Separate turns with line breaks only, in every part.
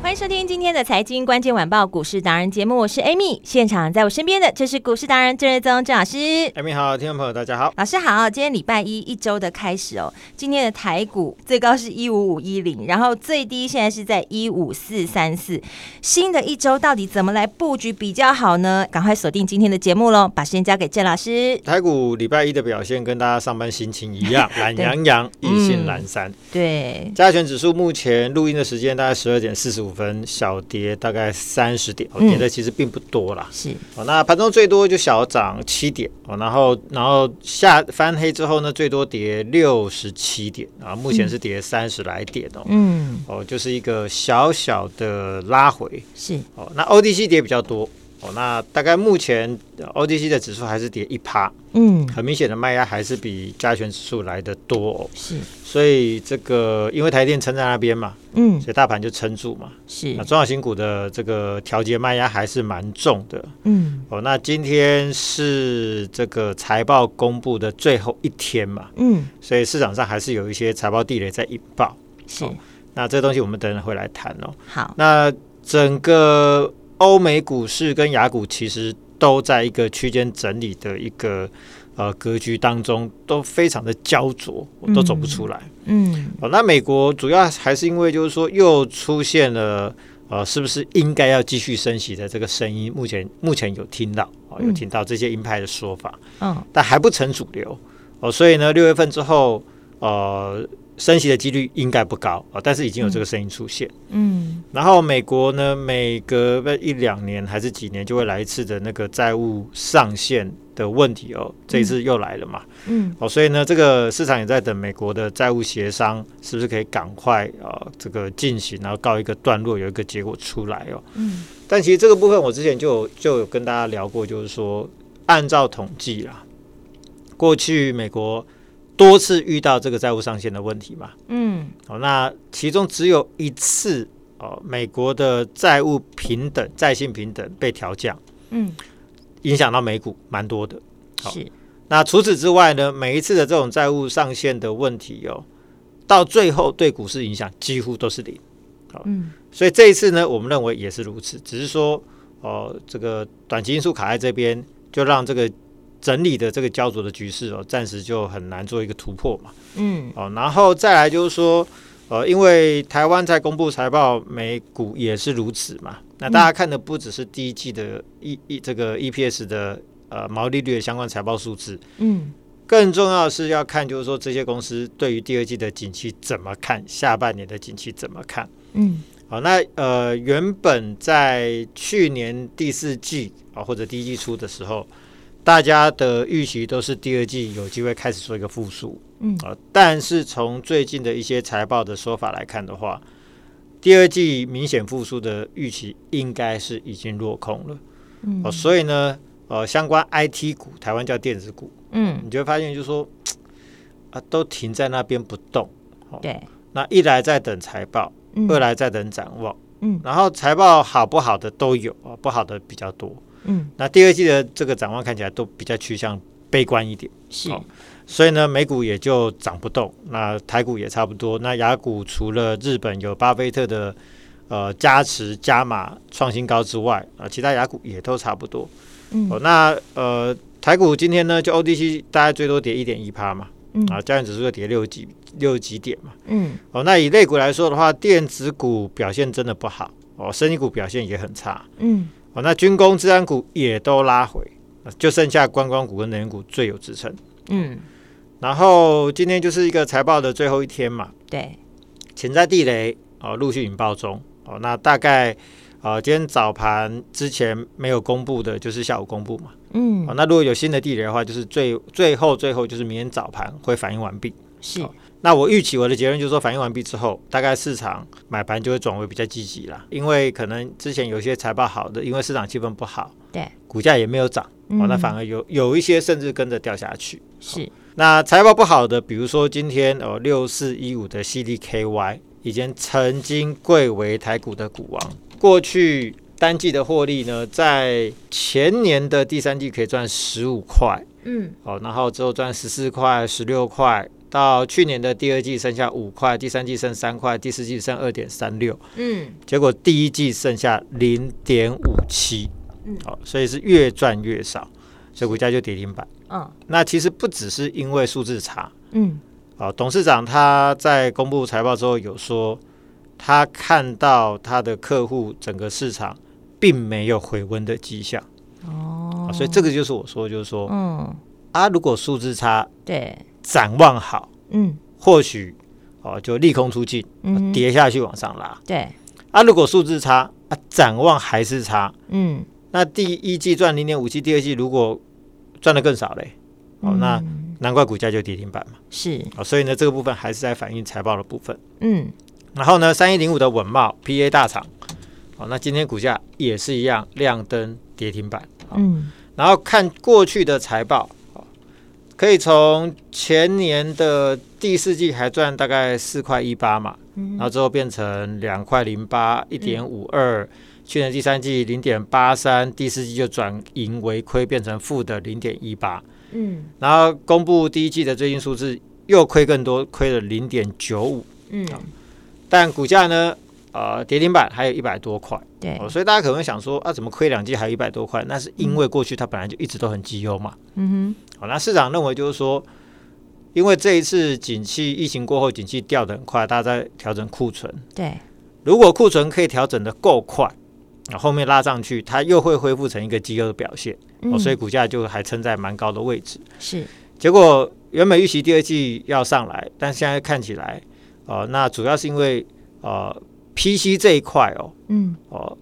欢迎收听今天的财经关键晚报股市达人节目，我是 Amy，现场在我身边的就是股市达人郑瑞宗郑老师。
艾米哎好，听众朋友大家好。
老师好，今天礼拜一一周的开始哦，今天的台股最高是一五五一零，然后最低现在是在一五四三四。新的一周到底怎么来布局比较好呢？赶快锁定今天的节目喽，把时间交给郑老师。
台股礼拜一的表现跟大家上班心情一样，懒洋洋，意兴阑珊。
对，
加权指数目前录音的时间大概十二点四十五分，小跌大概三十点，哦
嗯
跌的其实并不多啦。
是
哦，那盘中最多就小涨七点哦，然后然后下翻黑之后呢，最多跌六十七点啊，目前是跌三十来点哦。
嗯，
哦，就是一个小小的拉回
是
哦。那 ODC 跌比较多哦，那大概目前呃 ODC 的指数还是跌一趴，
嗯
很明显的卖压还是比加权指数来的多、哦，
是
所以这个因为台电撑在那边嘛，
嗯
所以大盘就撑住嘛。那
是
中小型股的这个调节卖压还是蛮重的
嗯
哦。那今天是这个财报公布的最后一天嘛，
嗯
所以市场上还是有一些财报地雷在引爆。
是
哦那这东西我们等等会来谈哦。
好
那整个欧美股市跟雅股其实都在一个区间整理的一个呃格局当中，都非常的焦灼，我都走不出来。
嗯
哦，那美国主要还是因为就是说又出现了。呃，是不是应该要继续升息的这个声音？目前目前有听到哦，有
嗯
听到这些鹰派的说法。
嗯
但还不成主流哦，所以呢，六月份之后，呃，升息的几率应该不高哦，但是已经有这个声音出现。
嗯
然后美国呢，每隔一两年还是几年就会来一次的那个债务上限的问题哦，这一次又来了嘛，
嗯
哦，所以呢，这个市场也在等美国的债务协商是不是可以赶快呃这个进行，然后告一个段落，有一个结果出来哦。
嗯
但其实这个部分我之前就有就有跟大家聊过，就是说，按照统计啦，过去美国多次遇到这个债务上限的问题嘛，
嗯
哦，那其中只有一次哦，美国的债务平等、债信平等被调降，
嗯
影响到美股蛮多的。好
是
那除此之外呢，每一次的这种债务上限的问题哦，到最后对股市影响几乎都是零。
嗯
所以这一次呢，我们认为也是如此，只是说，哦，这个短期因素卡在这边，就让这个整理的这个焦灼的局势哦，暂时就很难做一个突破嘛。
嗯
哦，然后再来就是说，呃，因为台湾在公布财报，美股也是如此嘛。那大家
嗯
看的不只是第一季的 E E 这个 EPS 的呃毛利率的相关财报数字，
嗯
更重要的是要看就是说这些公司对于第二季的景气怎么看，下半年的景气怎么看。
嗯
好，那呃，原本在去年第四季啊、或者第一季初的时候，大家的预期都是第二季有机会开始做一个复苏，
嗯
啊、但是从最近的一些财报的说法来看的话，第二季明显复苏的预期应该是已经落空了，
嗯
哦，所以呢，呃，相关 IT 股，台湾叫电子股，
嗯
你就会发现就是说，啊，都停在那边不动，
对
那一来在等财报，
嗯
二来在等展望。
嗯
然后财报好不好的都有啊，不好的比较多。
嗯
那第二季的这个展望看起来都比较趋向悲观一点，
是
好所以呢，美股也就涨不动，那台股也差不多。那雅股除了日本有巴菲特的呃加持加码创新高之外啊、其他雅股也都差不多。
嗯
哦，那呃台股今天呢，就 ODC 大概最多跌一点一趴嘛，
嗯
啊，加权指数就跌六几六几点嘛。
嗯
哦，那以类股来说的话，电子股表现真的不好哦，生意股表现也很差
嗯
哦。那军工、资安股也都拉回，呃就剩下观光股跟能源股最有支撑。
嗯
然后今天就是一个财报的最后一天嘛，
对
潜在地雷哦陆续引爆中哦。那大概呃，今天早盘之前没有公布的，就是下午公布嘛。
嗯
哦，，那如果有新的地雷的话，就是最最后最后就是明天早盘会反应完毕。
是
好那我预期我的结论就是说，反应完毕之后，大概市场买盘就会转为比较积极啦，因为可能之前有些财报好的，因为市场气氛不好，
对，
股价也没有涨，哦，那
嗯
反而有有一些甚至跟着掉下去。
是，
那财报不好的，比如说今天哦六四一五的 CDKY，已经曾经贵为台股的股王，过去单季的获利呢，在前年的第三季可以赚十五块
嗯
哦，然后之后赚十四块、十六块。到去年的第二季剩下五块，第三季剩三块，第四季剩二点三六，
嗯
结果第一季剩下零点五七，
嗯
好、所以是越赚越少，所以股价就跌停板。
嗯
那其实不只是因为数字差，
嗯，
啊，董事长他在公布财报之后有说，他看到他的客户整个市场并没有回温的迹象、
哦
啊，所以这个就是我说，就是说
嗯
啊，如果数字差，
对，
展望好，
嗯
或许哦、就利空出尽，啊
嗯，
跌下去往上拉。
对，
啊，如果数字差，啊，展望还是差，
嗯，
那第一季赚零点五七，第二季如果赚的更少嘞，哦、那
嗯
难怪股价就跌停板嘛。
是，
啊、所以呢，这个部分还是在反映财报的部分。
嗯
然后呢，三一零五的稳茂 PA 大厂，哦，那今天股价也是一样亮灯跌停板。
嗯
然后看过去的财报，哦，可以从前年的第四季还赚大概四块一八嘛，然后之后变成两块零八、一点五二，去年第三季零点八三，第四季就转盈为亏，变成负的零点一八。
嗯
然后公布第一季的最近数字又亏更多，亏了零点九五。
嗯，
但股价呢，呃，跌停板还有一百多块、
对
哦，，所以大家可能会想说，啊，怎么亏两季还有一百多块？那是因为过去它本来就一直都很绩优嘛。
嗯
好、那市场认为就是说，因为这一次景气疫情过后，景气掉得很快，大家在调整库存。
哼，对，
如果库存可以调整的够快，那后面拉上去，它又会恢复成一个绩优的表现、哦，
嗯
所以股价就还撑在蛮高的位置。
是，
结果原本预期第二季要上来，但现在看起来，呃，那主要是因为呃 PC 这一块哦，
嗯
哦、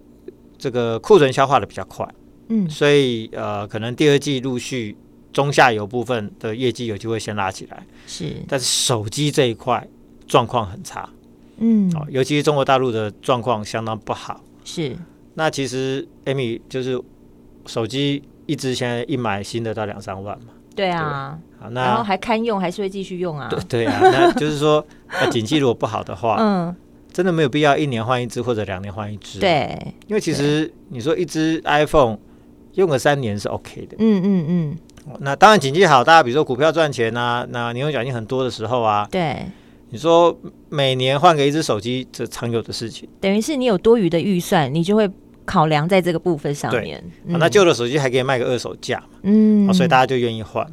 这个库存消化的比较快，
嗯
所以呃，可能第二季陆续中下游部分的业绩有机会先拉起来，
是，
但是手机这一块状况很差，
嗯
哦、尤其是中国大陆的状况相当不好。
是，
那其实 Amy 就是手机一直现在一买新的到两三万嘛，
对啊，
啊，那
然后还堪用，还是会继续用啊，
对啊对啊，那就是说， 呃，景气如果不好的话，
嗯，
真的没有必要一年换一只或者两年换一只。，
对，
因为其实你说一只 iPhone 用个三年是 OK 的。
嗯嗯嗯，
哦那当然景气好，大家比如说股票赚钱啊，那年终奖金很多的时候啊，
对，
你说每年换个一只手机，这常有的事情。啊
等于是你有多余的预算，你就会考量在这个部分上
对
面，
啊那旧的手机还可以卖个二手价嘛，
嗯
啊所以大家就愿意换。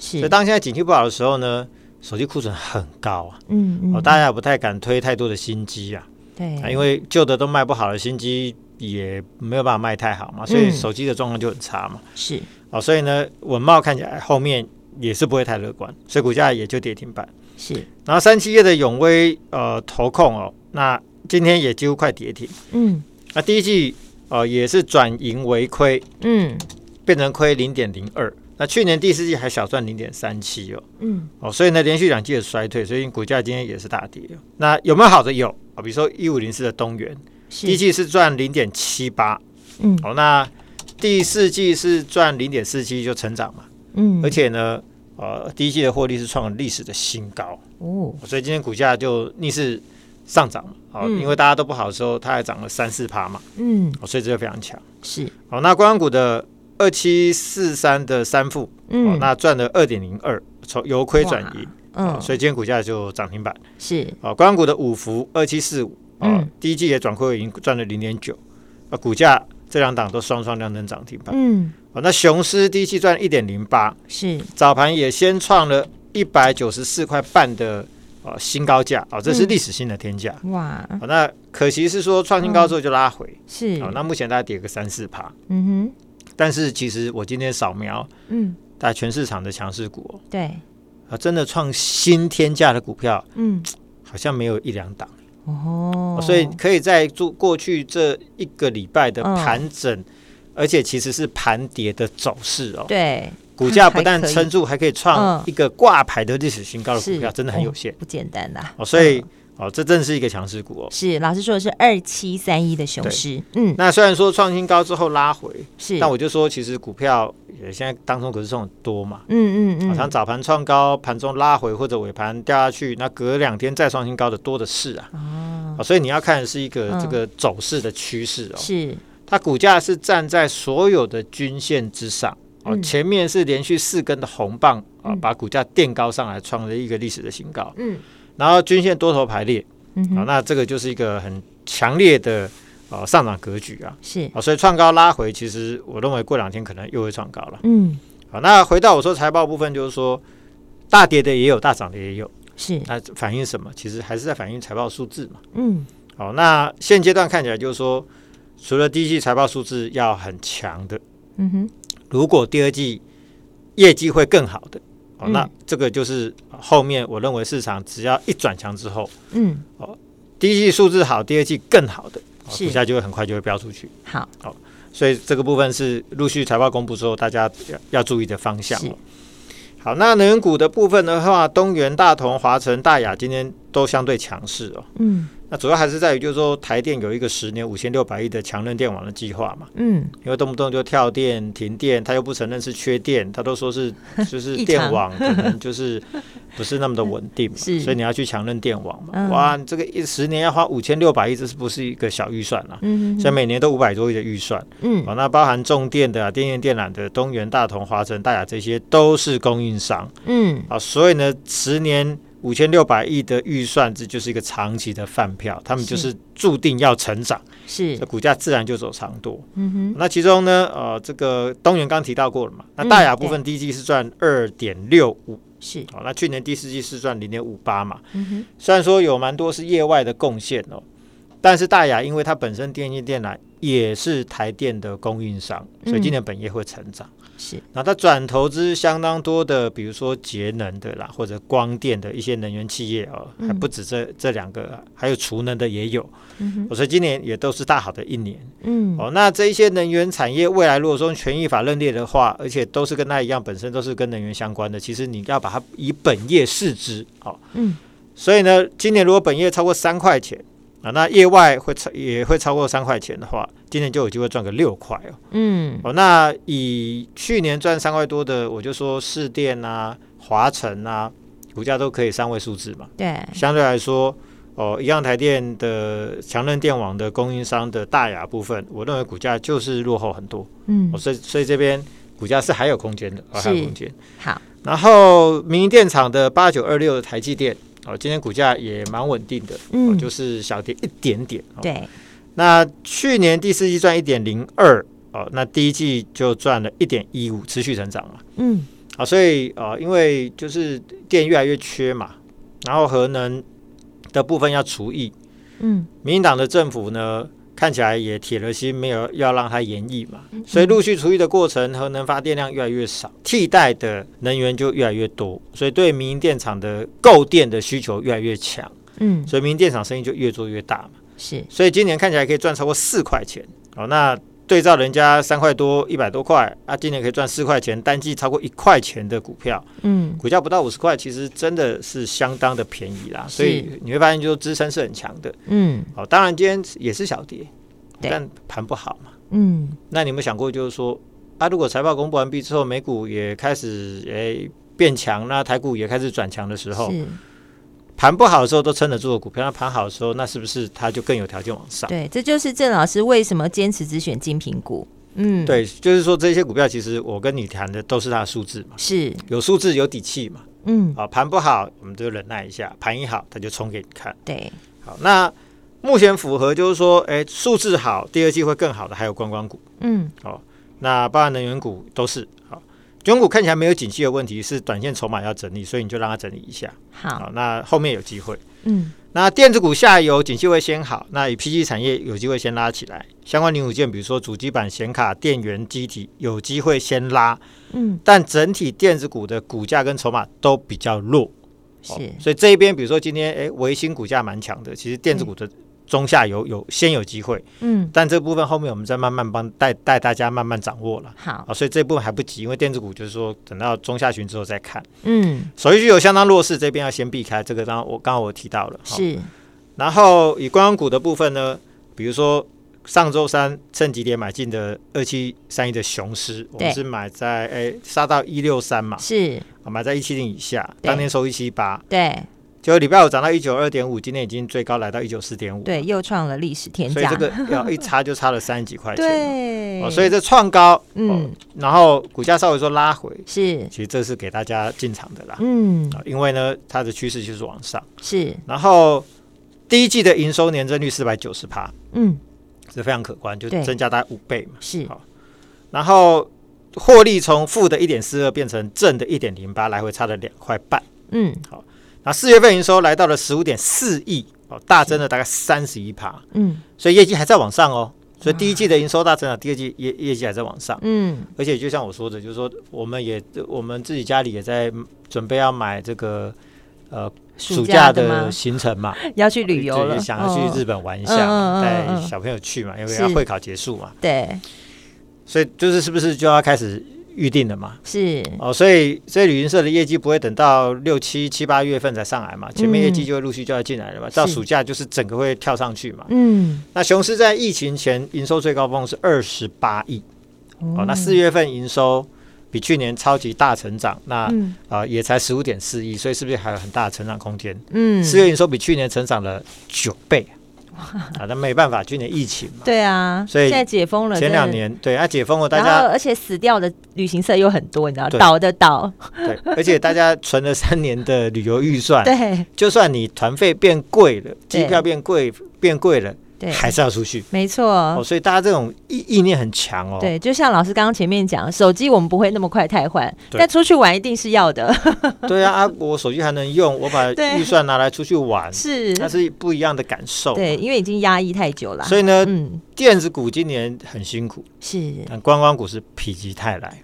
所以
是，
当现在景气不好的时候呢，手机库存很高啊，
嗯嗯
哦，大家也不太敢推太多的新机啊。啊，
对，
因为旧的都卖不好了，新机也没有办法卖太好嘛，
嗯
所以手机的状况就很差嘛。
是，
哦，所以呢，稳茂看起来后面也是不会太乐观，所以股价也就跌停板。
是，
然后三七月的永威呃投控哦，那今天也几乎快跌停。
嗯
那第一季呃也是转盈为亏，
嗯
变成亏零点零二。那去年第四季还小赚零点三七哦，
嗯
哦，所以呢，连续两季的衰退，所以股价今天也是大跌哦。那有没有好的？有啊，比如说一五零四的东元，第一
是，
季是赚零点七八，
嗯
好，那第四季是赚零点四七，就成长嘛，
嗯，
而且呢，呃，第一季的获利是创了历史的新高，
哦，
所以今天股价就逆势上涨嘛，好、
嗯
因为大家都不好的时候，它还涨了三四趴嘛，
嗯
哦所以这就非常强。
是，
好，那观光股的二七四三的三富，哦
嗯，
那赚了二点零二，从由亏转盈，哦
嗯
所以今天股价就涨停板。
是，
哦，观光股的五福二七四五，哦
嗯，
第一季也转亏为盈，赚了零点九，啊，股价这两档都双双亮灯涨停板。
嗯
哦，那雄狮第一季赚一点零八，
是，
早盘也先创了一百九十四块半的呃新高价，哦，这是
嗯
历史新的天价。
哇，
哦，那可惜是说创新高之后就拉回，
是，
哦，那目前大概跌个三四趴，
嗯
但是其实我今天扫描
哼，嗯
大全市场的强势股、哦，
对，
啊，真的创新天价的股票
嗯
好像没有一两档。
哦，
所以可以在做过去这一个礼拜的
嗯
盘整，而且其实是盘跌的走势哦。
对嗯
股价
还
不但
可以
撑住，还可以
嗯
创一个挂牌的历史新高的
是嗯
股票，真的很有限
不简单啦。
哦。所以
嗯
哦，这真的是一个强势股哦。
是老师说的是二七三一的雄狮，嗯，
那虽然说创新高之后拉回，
是，
但我就说其实股票也现在当中可是种很多嘛。
嗯嗯
好
嗯，
像早盘创高，盘中拉回或者尾盘掉下去，那隔两天再创新高的多的是啊。哦，所以你要看的是一个
嗯
这个走势的趋势哦。
是
它股价是站在所有的均线之上。哦，
嗯
前面是连续四根的红棒啊、
嗯
把股价垫高上来，创了一个历史的新高。
嗯
然后均线多头排列，
嗯
啊、
哼，
那这个就是一个很强烈的呃上涨格局啊。
是
啊、，所以创高拉回，其实我认为过两天可能又会创高了。
嗯
好、那回到我说财报部分，就是说大跌的也有，大涨的也有，
是，
那反映什么？其实还是在反映财报数字嘛。
嗯
好、那现阶段看起来就是说，除了第一季财报数字要很强的，
嗯哼，
如果第二季业绩会更好的，哦，
嗯
那这个就是后面我认为市场只要一转强之后，
嗯
第一季数字好，第二季更好的，哦
是
股价就会很快就会飙出去。
好，
所以这个部分是陆续财报公布之后，大家要要注意的方向
是
哦。好，那能源股的部分的话，东元、大同、华晨、大雅今天都相对强势哦。
嗯
那主要还是在于，就是说台电有一个十年五千六百亿的强韧电网的计划嘛。
嗯
因为动不动就跳电、停电，他又不承认是缺电，他都 说是就是
异常
电网可能就是不是那么的稳定 嘛，
是
所以你要去强韧电网嘛。
嗯
哇，你这个一十年要花五千六百亿，这是不是一个小预算啊？
嗯
所以每年都五百多亿的预算，
嗯
哦，那包含重电的、啊、电电电缆的、东元、大同、华晨、大雅这些都是供应商
嗯
啊，所以呢，十年五千六百亿的预算，这就是一个长期的饭票，他们就是是注定要成长，
是
这，股价自然就走长多。
嗯哼，
那其中呢，呃，这个东元刚提到过了嘛，那
嗯
大雅部分第一季是赚二点六五，
是，
好，那去年第四季是赚零点五八嘛。
嗯哼，
虽然说有蛮多是业外的贡献哦，但是大雅因为它本身电信电缆也是台电的供应商，
嗯
所以今年本业会成长。
是，
那它转投资相当多的，比如说节能的啦，或者光电的一些能源企业哦，还不止这这两个，还有储能的也有，
嗯哼，
哦所以今年也都是大好的一年。
嗯
哦，那这一些能源产业未来如果说权益法认列的话，而且都是跟它一样，本身都是跟能源相关的，其实你要把它以本业市值哦。
嗯。
所以呢，今年如果本业超过三块钱啊，那业外会超也会超过三块钱的话，今年就有机会赚个六块哦。
嗯
哦，那以去年赚三块多的，我就说市电啊、华晨啊，股价都可以三位数字嘛。
对，
相对来说，哦，一样台电的强韧电网的供应商的大雅部分，我认为股价就是落后很多，
嗯
哦、所以所以这边股价是还有空间的，哦、还有
是
空间。
好，
然后民营电厂的八九二六的台积电，哦，今天股价也蛮稳定的，哦，
嗯
就是小跌一点点。哦、，
对，
那去年第四季赚一点零二，哦，那第一季就赚了一点一五，持续成长嘛。
嗯
啊，所以呃，因为就是电越来越缺嘛，然后核能的部分要除役，
嗯
民进党的政府呢看起来也铁了心没有要让它延役嘛，所以陆续除役的过程，核能发电量越来越少，替代的能源就越来越多，所以对民营电厂的购电的需求越来越强，
嗯
所以民营电厂生意就越做越大嘛，
是，
所以今年看起来可以赚超过四块钱哦，那。对照人家三块多、一百多块，啊，今年可以赚四块钱，单季超过一块钱的股票，
嗯
股价不到五十块，其实真的是相当的便宜啦。
是
所以你会发现，就是支撑是很强的。
嗯
好、当然今天也是小跌，
对
但盘不好嘛。
嗯
那你有没有想过，就是说，啊，如果财报公布完毕之后，美股也开始诶、变强，那台股也开始转强的时候，
是，
盘不好的时候都撑得住的股票，那盘好的时候，那是不是它就更有条件往上？
对，这就是郑老师为什么坚持只选精品股，嗯，，
对，就是说这些股票，其实我跟你谈的都是它的数字嘛，
是，
有数字有底气嘛。
嗯
啊，盘不好我们就忍耐一下，盘一好它就冲给你看。
对，
好，那目前符合就是说，哎，数字好，第二季会更好的还有观光股，
嗯
那包含能源股都是好。中股看起来没有景气的问题，是短线筹码要整理，所以你就让它整理一下。
好，
好，那后面有机会。
嗯
那电子股下游景气会先好，那以 PG 产业有机会先拉起来，相关零组件，比如说主机板、显卡、电源、机体，有机会先拉，
嗯
但整体电子股的股价跟筹码都比较弱，
是
哦所以这一边，比如说今天，哎，维新股价蛮强的，其实电子股的中下游有先有机会，
嗯，
但这部分后面我们再慢慢帮带带大家慢慢掌握了。
好，
啊，所以这部分还不急，因为电子股就是说等到中下旬之后再看。
嗯，
手机具有相当弱势，这边要先避开，这个当然我刚刚我提到了。哦
是，
然后以观光股的部分呢，比如说上周三趁几点买进的二七三一的雄狮，我们
对
是买在哎杀到一六三嘛，
是，
啊买在一七零以下，
对
当天收一七八，
对，
结果礼拜五涨到一九二点五，今天已经最高来到一九四点五，
对，又创了历史天
所以
价
这，个要一差就差了三十几块钱。
对，
哦，所以这创高，
嗯
嗯，然后股价稍微说拉回，
是，
其实这是给大家进场的啦，
嗯，
啊，因为呢它的趋势就是往上，
是，
然后第一季的营收年增率四百九十趴，
嗯，
是非常可观，就
对
增加大概五倍嘛。
是
好，然后获利从负的一点四二变成正的一点零八，来回差了两块半。
嗯，
那四月份营收来到了十五点四亿，哦，大增了大概三十一趴，
嗯，
所以业绩还在往上哦。所以第一季的营收大增了，啊第二季业业绩还在往上，
嗯，
而且就像我说的，就是说我们也我们自己家里也在准备要买这个呃暑假
的吗
的？行程嘛，
要去旅游
就
了，
是想要
哦
去日本玩一下
嗯嗯嗯
嘛，带、
嗯
小朋友去嘛，因为
是
要会考结束嘛，
对，
所以就是是不是就要开始预定了嘛？
是，
哦，所以所以旅行社的业绩不会等到六七七八月份才上来嘛，前
嗯
面业绩就会陆续就要进来了嘛，到暑假就是整个会跳上去嘛。
嗯，
那雄狮在疫情前营收最高峰是二十八亿，哦，那四月份营收比去年超级大成长，那啊、
嗯
呃也才十五点四亿，所以是不是还有很大的成长空间？
嗯，
四月营收比去年成长了九倍。啊，那没办法，去年疫情嘛，
对啊，
所以
现在解封了，真
前
的
两。年对，啊，解封了，大
然后，
家
而且死掉的旅行社又很多，你知道，
对
倒的倒，
对，而且大家存了三年的旅游预算，
对
就算你团费变贵了，
对
机票变贵变贵了，
对，
还是要出去
没错
哦，，所以大家这种意意念很强哦，
对，就像老师刚刚前面讲，手机我们不会那么快太换，
对
但出去玩一定是要的，
对啊，啊，我手机还能用，我把
对
预算拿来出去玩，
是，
那是不一样的感受，
对，，因为已经压抑太久了，
所以呢，
嗯，
电子股今年很辛苦，
是
但观光股是否极泰 来，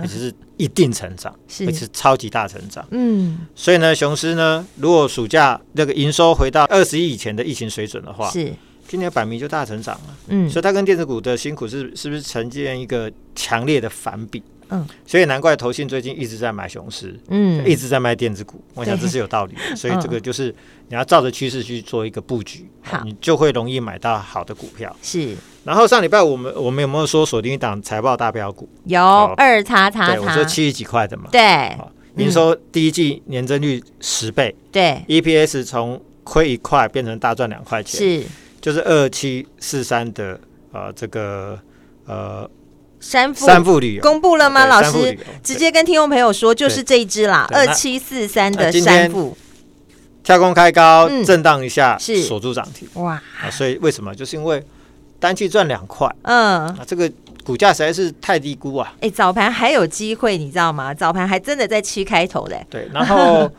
也就是一定成长，
是
而且是超级大成长。
嗯，
所以呢，雄狮呢，如果暑假那个营收回到二十亿以前的疫情水准的话，
是，
今年摆明就大成长了。
嗯，
所以它跟电子股的辛苦是是不是呈现一个强烈的反比？
嗯，
所以难怪投信最近一直在买雄狮，
嗯，
一直在卖电子股。我想
对
这是有道理 的。所以
嗯
这个就是你要照着趋势去做一个布局，
好
你就会容易买到好的股票。
是
然后上礼拜我们我们有没有说锁定一档财报大标股？
有
好
二叉叉
对，我说
叉，
七十几块的嘛。
对嗯
好，营收第一季年增率十倍
对
，EPS 从亏一块变成大赚两块钱，
是
就是二七四三的呃这个呃
山富
三富旅游
公布了吗？
对
老
三富旅
师
游
直接跟听众朋友说，就是这一支啦，
对
二
那
七四三
那
的
今
山
天
富，
跳空开高，
嗯
震荡一下
是
锁住涨停
哇，
啊，所以为什么？就是因为单季赚两块
嗯。
啊，这个股价实在是太低估啊。
哎，早盘还有机会，你知道吗？早盘还真的在七开头的，
对，然 后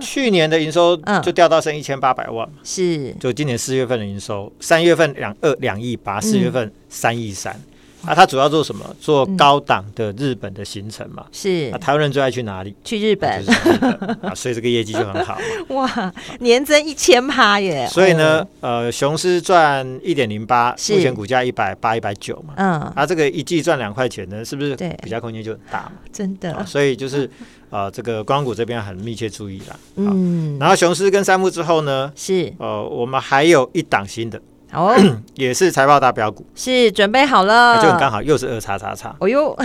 去年的营收
嗯
就掉到剩一千八百万嘛，
是
就今年四月份的营收，三月份两二两亿八，四月份三亿三。啊，它主要做什么？做高档的日本的行程嘛。
是
啊，台湾人最爱去哪里？
去日本
就是日本啊，所以这个业绩就很 好嘛。
哇，年增一千趴耶！
所以呢，呃，雄狮赚一点零八，
是
目前股价一百八、一百九嘛。啊
哦，
它、这个一季赚两块钱呢，是不是
对
比较空间就很大嘛？
嗯，真
啊
的，
所以就是呃，这个光谷这边很密切注意啦。啊，
嗯，
然后雄狮跟三木之后呢，
是
呃，我们还有一档新的，
哦，
也是财报大标股，啊
是准备好了，
就很刚好又是二叉叉叉。
哦哟，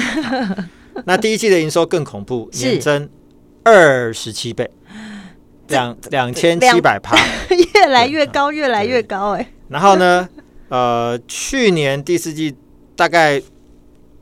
那第一季的营收更恐怖，
是
年增二十七倍，两两千七百趴。
越来越高，越来越高，哎，
然后呢，呃，去年第四季大概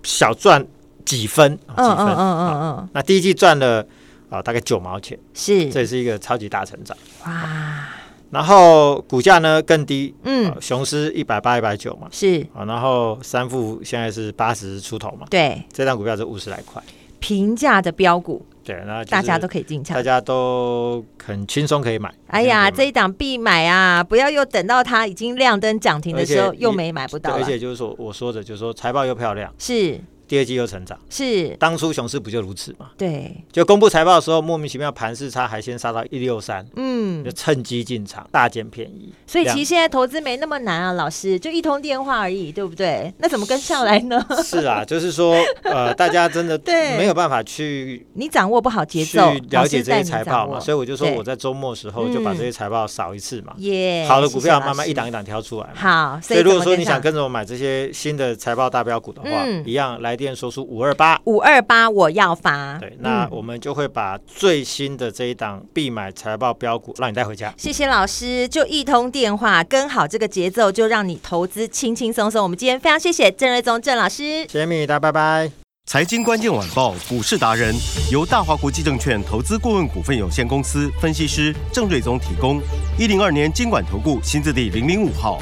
小赚几分，啊
嗯
几分。
嗯嗯
啊
嗯嗯，
那第一季赚了啊、大概九毛钱，这
是
也是一个超级大成长。
哇，
然后股价呢更低，
嗯
呃，雄狮一百八、一百九嘛，
是
啊，然后三富现在是八十出头嘛，
对
这档股票是五十来块，
平价的标股，
对，然后
大家都可以进
大
场。
家都很轻松可以买。
哎呀，
很轻松
这
可以买
一档必买啊！不要又等到它已经亮灯涨停的时候
而且
又没买不到
对而
了。
且就是说我说的，就是说财报又漂亮，
是
第二季又成长。
是，
当初熊市不就如此嘛？
对，
就公布财报的时候，莫名其妙盘势差还先杀到一六三，
嗯
就，趁机进场，大捡便宜。
所以
这样
其实现在投资没那么难啊，老师，就一通电话而已，对不对？那怎么跟上来呢？
是啊，就是说，呃，大家真 的
对
没有办法去
你掌握不好节
去
奏，
了解这些财报嘛，
嘛，
所以我就说
对
我在周末时候就把
嗯
这些财报扫一次嘛，
耶
好的
谢
股
谢
票
老
慢慢
师
一档一档挑出来嘛。
好，
所以如
怎
果
么
说你
上
想跟着我买这些新的财报大标股的话，
嗯
一样来电说出五二八。
五二八，我要发，
对，那
嗯
我们就会把最新的这一档必买财报标股让你带回家。
谢谢老师，就一通电话跟好这个节奏，就让你投资轻轻松松。我们今天非常谢谢郑瑞宗郑老师。
谢谢米大，拜拜。
财经关键晚报股市达人由大华国际证券投资顾问股份有限公司分析师郑瑞宗提供。一零二年经管投顾新字第零零五号。